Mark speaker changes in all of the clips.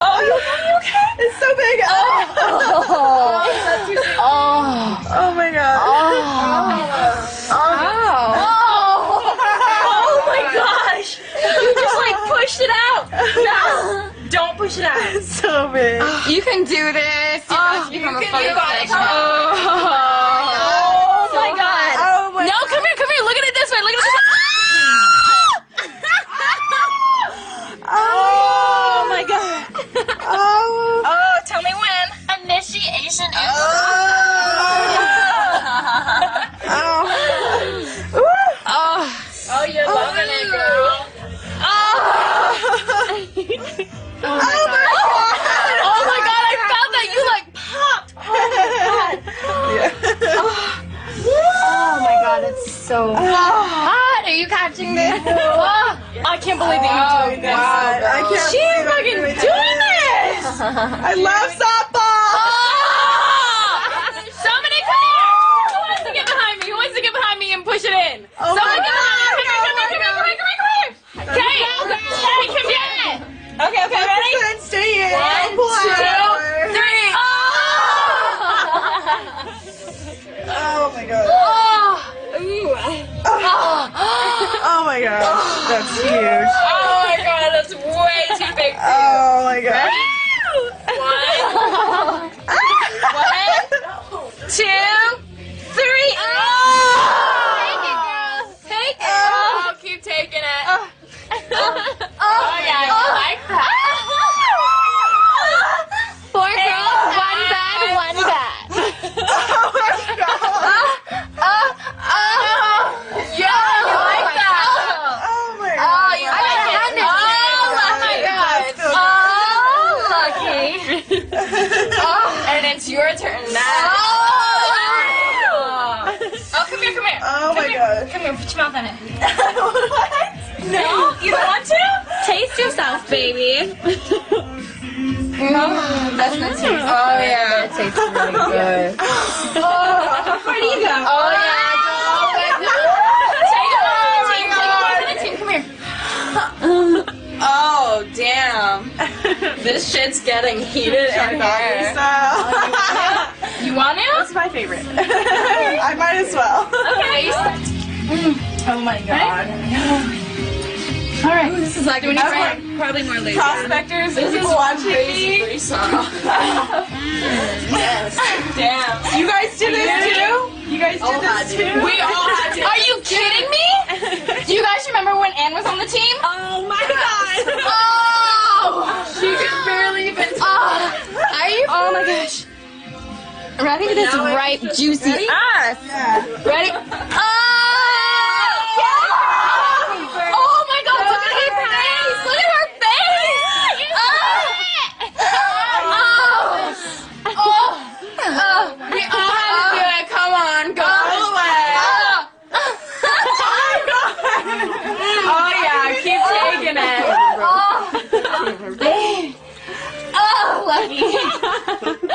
Speaker 1: Oh should I? So bad.
Speaker 2: You can do this. You
Speaker 1: Oh,
Speaker 2: must become
Speaker 1: you
Speaker 2: a
Speaker 1: can do
Speaker 2: photo
Speaker 1: it.
Speaker 2: professional.
Speaker 1: Oh,
Speaker 2: my God.
Speaker 1: Oh my
Speaker 2: No, come here, come here. Look at it this way. Look at it this
Speaker 1: God. Oh my God. Oh.
Speaker 2: way. Oh, tell me when.
Speaker 3: Initiation is
Speaker 2: Oh
Speaker 1: Oh. Oh. Ooh.
Speaker 2: Oh,
Speaker 3: Oh, you're loving it, girl.
Speaker 1: Oh my God.
Speaker 2: oh my God, I felt that. You like popped.
Speaker 1: Oh my God. It's
Speaker 2: So
Speaker 1: oh,
Speaker 2: hot. Are you catching this? Oh, I can't believe that you do this.
Speaker 1: Oh God. I can't
Speaker 2: She
Speaker 1: believe
Speaker 2: is
Speaker 1: I'm
Speaker 2: fucking
Speaker 1: doing
Speaker 2: doing
Speaker 1: this. I love softball.
Speaker 2: Oh! Dominic, come here. Who wants to get behind me? Who wants to get behind me and push it in?
Speaker 1: Oh
Speaker 2: Someone
Speaker 1: my
Speaker 2: get behind me.
Speaker 1: God.
Speaker 2: Come here, come here, come here, come here, come here, come here. Kate, Kate, come here. Okay, okay, ready?
Speaker 1: Stay in.
Speaker 2: One, two, three. Oh!
Speaker 1: Oh my God.
Speaker 2: Oh!
Speaker 1: Oh my God. That's huge.
Speaker 3: Oh my god, that's way too big.
Speaker 1: Oh my God.
Speaker 2: Two, three. Oh! Take it, Oh. girl. Take it.
Speaker 3: Oh, keep taking it. Oh, yeah, you
Speaker 2: Oh.
Speaker 3: like that.
Speaker 2: Four girls, one bad, one bad.
Speaker 1: Oh my God.
Speaker 2: Yeah, you like that.
Speaker 1: Oh my God.
Speaker 2: Oh I gotta hand it. Oh my god. Oh, lucky.
Speaker 3: Oh, And it's your turn now.
Speaker 2: Oh.
Speaker 3: Oh, come here, come here.
Speaker 1: Oh my God.
Speaker 3: Come here, put your mouth on it.
Speaker 2: No.
Speaker 3: You don't want to?
Speaker 2: Taste yourself, baby.
Speaker 3: That's not too. Oh, yeah. It tastes really good. Oh, yeah. Oh, yeah. Take it off the team. Take it off the team. Come here. Oh, damn. This shit's getting heated
Speaker 1: Oh,
Speaker 3: in here.
Speaker 1: So,
Speaker 3: You want it?
Speaker 1: it's my favorite. I might as well.
Speaker 3: Okay. Mm.
Speaker 1: Oh my god.
Speaker 3: This is like
Speaker 1: Everyone-
Speaker 2: Probably more later.
Speaker 1: Prospectors, this people watching me.
Speaker 3: Damn.
Speaker 1: You guys did this too? You guys did this too?
Speaker 3: We all had to.
Speaker 2: Are you kidding me? Do you guys remember when Anne was on the team?
Speaker 1: Oh my god.
Speaker 2: Oh!
Speaker 3: You can barely even.
Speaker 2: oh. Are you? Oh my gosh. Ready for this ripe, juicy ass.
Speaker 1: Yeah.
Speaker 2: Ready? Oh! Oh my god, look at her face! Look at her face! Oh! Oh! Oh! Oh! We all had to do it. Come on, go.
Speaker 1: Oh my
Speaker 2: Oh!
Speaker 3: Oh, yeah. Keep taking it.
Speaker 2: Oh! Oh, lucky.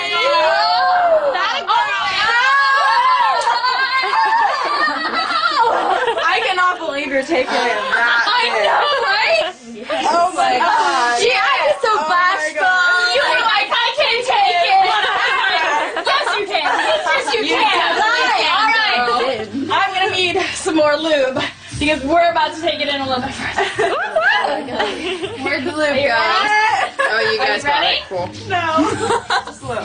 Speaker 2: Oh! That girl.
Speaker 1: I cannot believe you're taking it that
Speaker 2: I
Speaker 1: big.
Speaker 2: know, right?
Speaker 1: Oh my god.
Speaker 2: Gee, I was so
Speaker 1: Oh my
Speaker 2: bashful.
Speaker 1: God.
Speaker 2: You were like, I can take it. yes, you can. Yes, you, can. All right.
Speaker 3: I'm gonna need some more lube because we're about to take it in a little bit further.
Speaker 2: Where'd the lube go?
Speaker 3: You guys ready?
Speaker 1: No. Slow.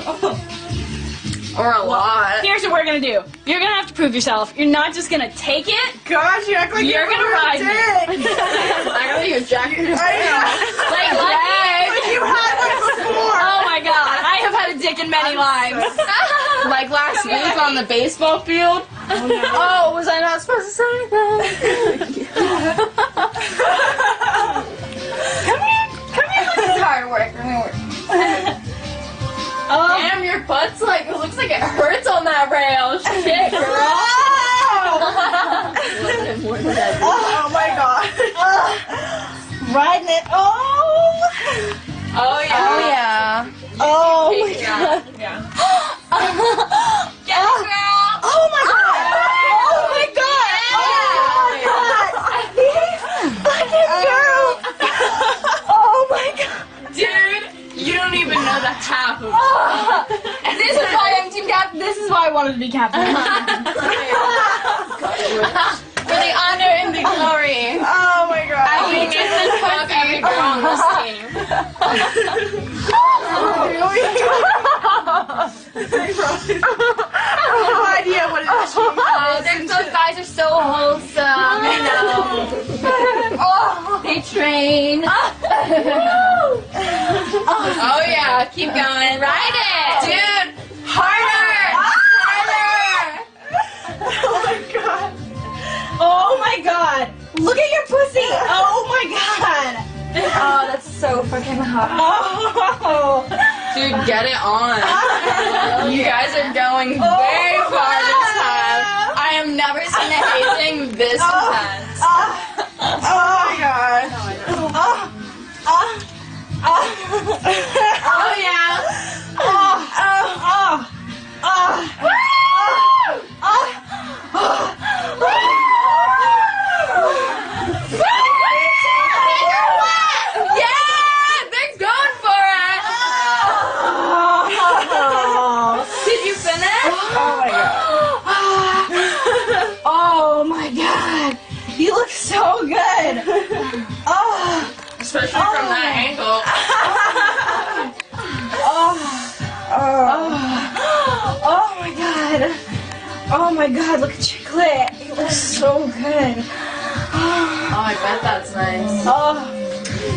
Speaker 2: Or a lot.
Speaker 3: Here's what we're gonna do. You're gonna have to prove yourself. You're not just gonna take it.
Speaker 1: Gosh, you act like
Speaker 3: You're gonna ride
Speaker 1: me.
Speaker 2: I got you jacket.
Speaker 1: I
Speaker 3: Like,
Speaker 1: know.
Speaker 3: like
Speaker 1: Like you had
Speaker 3: Oh my god, I have had a dick in many lives.
Speaker 1: one before.
Speaker 2: Like last week on the baseball field.
Speaker 3: Oh, was I not supposed to say that?
Speaker 2: It's hard work. Damn,
Speaker 3: Oh,
Speaker 2: your butt's like it looks like it hurts on that rail. Shit, girl.
Speaker 1: Oh! oh my god. Riding it. Oh!
Speaker 3: oh yeah.
Speaker 2: Oh yeah.
Speaker 1: Oh my god.
Speaker 3: Yes, girl.
Speaker 1: Oh my god. Oh my god. Oh my god. These fucking girls. Oh my god.
Speaker 3: Dude, you don't even know the half of it.
Speaker 2: This is why I'm team captain. This is why I wanted to be captain. For the honor and the glory.
Speaker 1: Oh my god.
Speaker 2: I mean, this is fucking
Speaker 1: no idea what it is.
Speaker 2: Oh, they're- those guys are so wholesome. You know. Oh, They train. oh yeah, keep going. Ride it, dude. Harder, harder.
Speaker 1: Oh my god. Oh my god. Look at your pussy. Oh my god. Oh, that's so fucking hot. Oh.
Speaker 2: Dude, get it on. you guys are going
Speaker 1: Oh.
Speaker 2: very far this time. I am never seeing anything this
Speaker 1: Oh.
Speaker 2: intense.
Speaker 1: Ah. oh my god. Ah. Ah. Ah.
Speaker 2: Oh yeah.
Speaker 1: Oh. Oh. Oh. Ah. Ah. Ah.
Speaker 2: Yeah, they're going for it.
Speaker 1: Oh.
Speaker 2: Did you finish?
Speaker 1: Oh my god. oh my god. You look so good. Oh.
Speaker 2: Especially from that angle.
Speaker 1: Oh. Oh. Oh my god. Oh my god, look at your clit. It looks so good. Oh.
Speaker 2: Oh, I bet that's nice.
Speaker 1: Oh.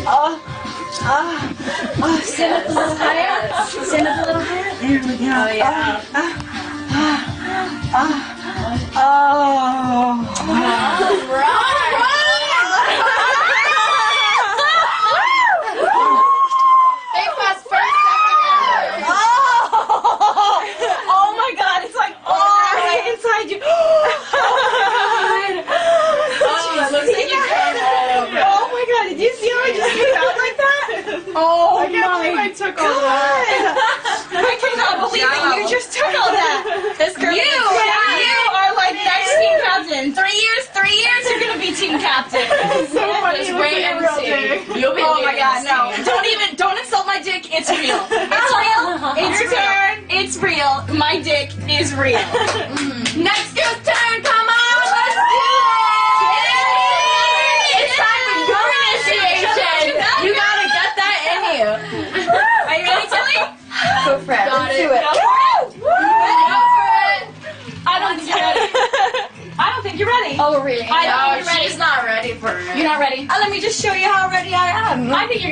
Speaker 1: Oh. Oh. Oh. Stand up a little higher. Stand up a little higher. There we go.
Speaker 2: Oh, yeah.
Speaker 1: Oh.
Speaker 2: Run!
Speaker 1: Oh.
Speaker 2: Big fast first second ever.
Speaker 1: Oh! Oh my god, it's like all right inside you. Oh
Speaker 2: Oh, it looks like you came all over.
Speaker 1: Oh my god, did you see how I just came out like that? Oh I can't my believe I took god. all that. I cannot believe that you just took all that.
Speaker 2: This girl you,
Speaker 1: You are like next
Speaker 3: Team captain. Three years, three years, you're gonna be team captain.
Speaker 1: so funny.
Speaker 2: Just wait and see. You'll be
Speaker 3: Oh my
Speaker 2: waiting
Speaker 3: god,
Speaker 2: and
Speaker 3: no.
Speaker 2: seeing.
Speaker 3: Don't even, don't insult my dick. It's real. It's real.
Speaker 2: Uh-huh.
Speaker 3: It's
Speaker 1: Your
Speaker 3: real.
Speaker 1: turn.
Speaker 3: It's real. My dick is real.
Speaker 2: Next girl's turn, come on, let's do it! It's time for your initiation! You gotta get that in you.
Speaker 3: Are you ready, Tilly?
Speaker 1: Go for it.
Speaker 2: Got
Speaker 1: Let's
Speaker 2: it.
Speaker 1: do it.
Speaker 2: Go for it!
Speaker 3: I don't think you're ready. I don't think you're ready.
Speaker 2: Oh, really?
Speaker 3: I
Speaker 2: I
Speaker 3: know,
Speaker 2: know,
Speaker 3: you're ready.
Speaker 2: she's not ready for it.
Speaker 3: You're not ready.
Speaker 1: Uh, let me just show you how ready I am.
Speaker 3: I think you're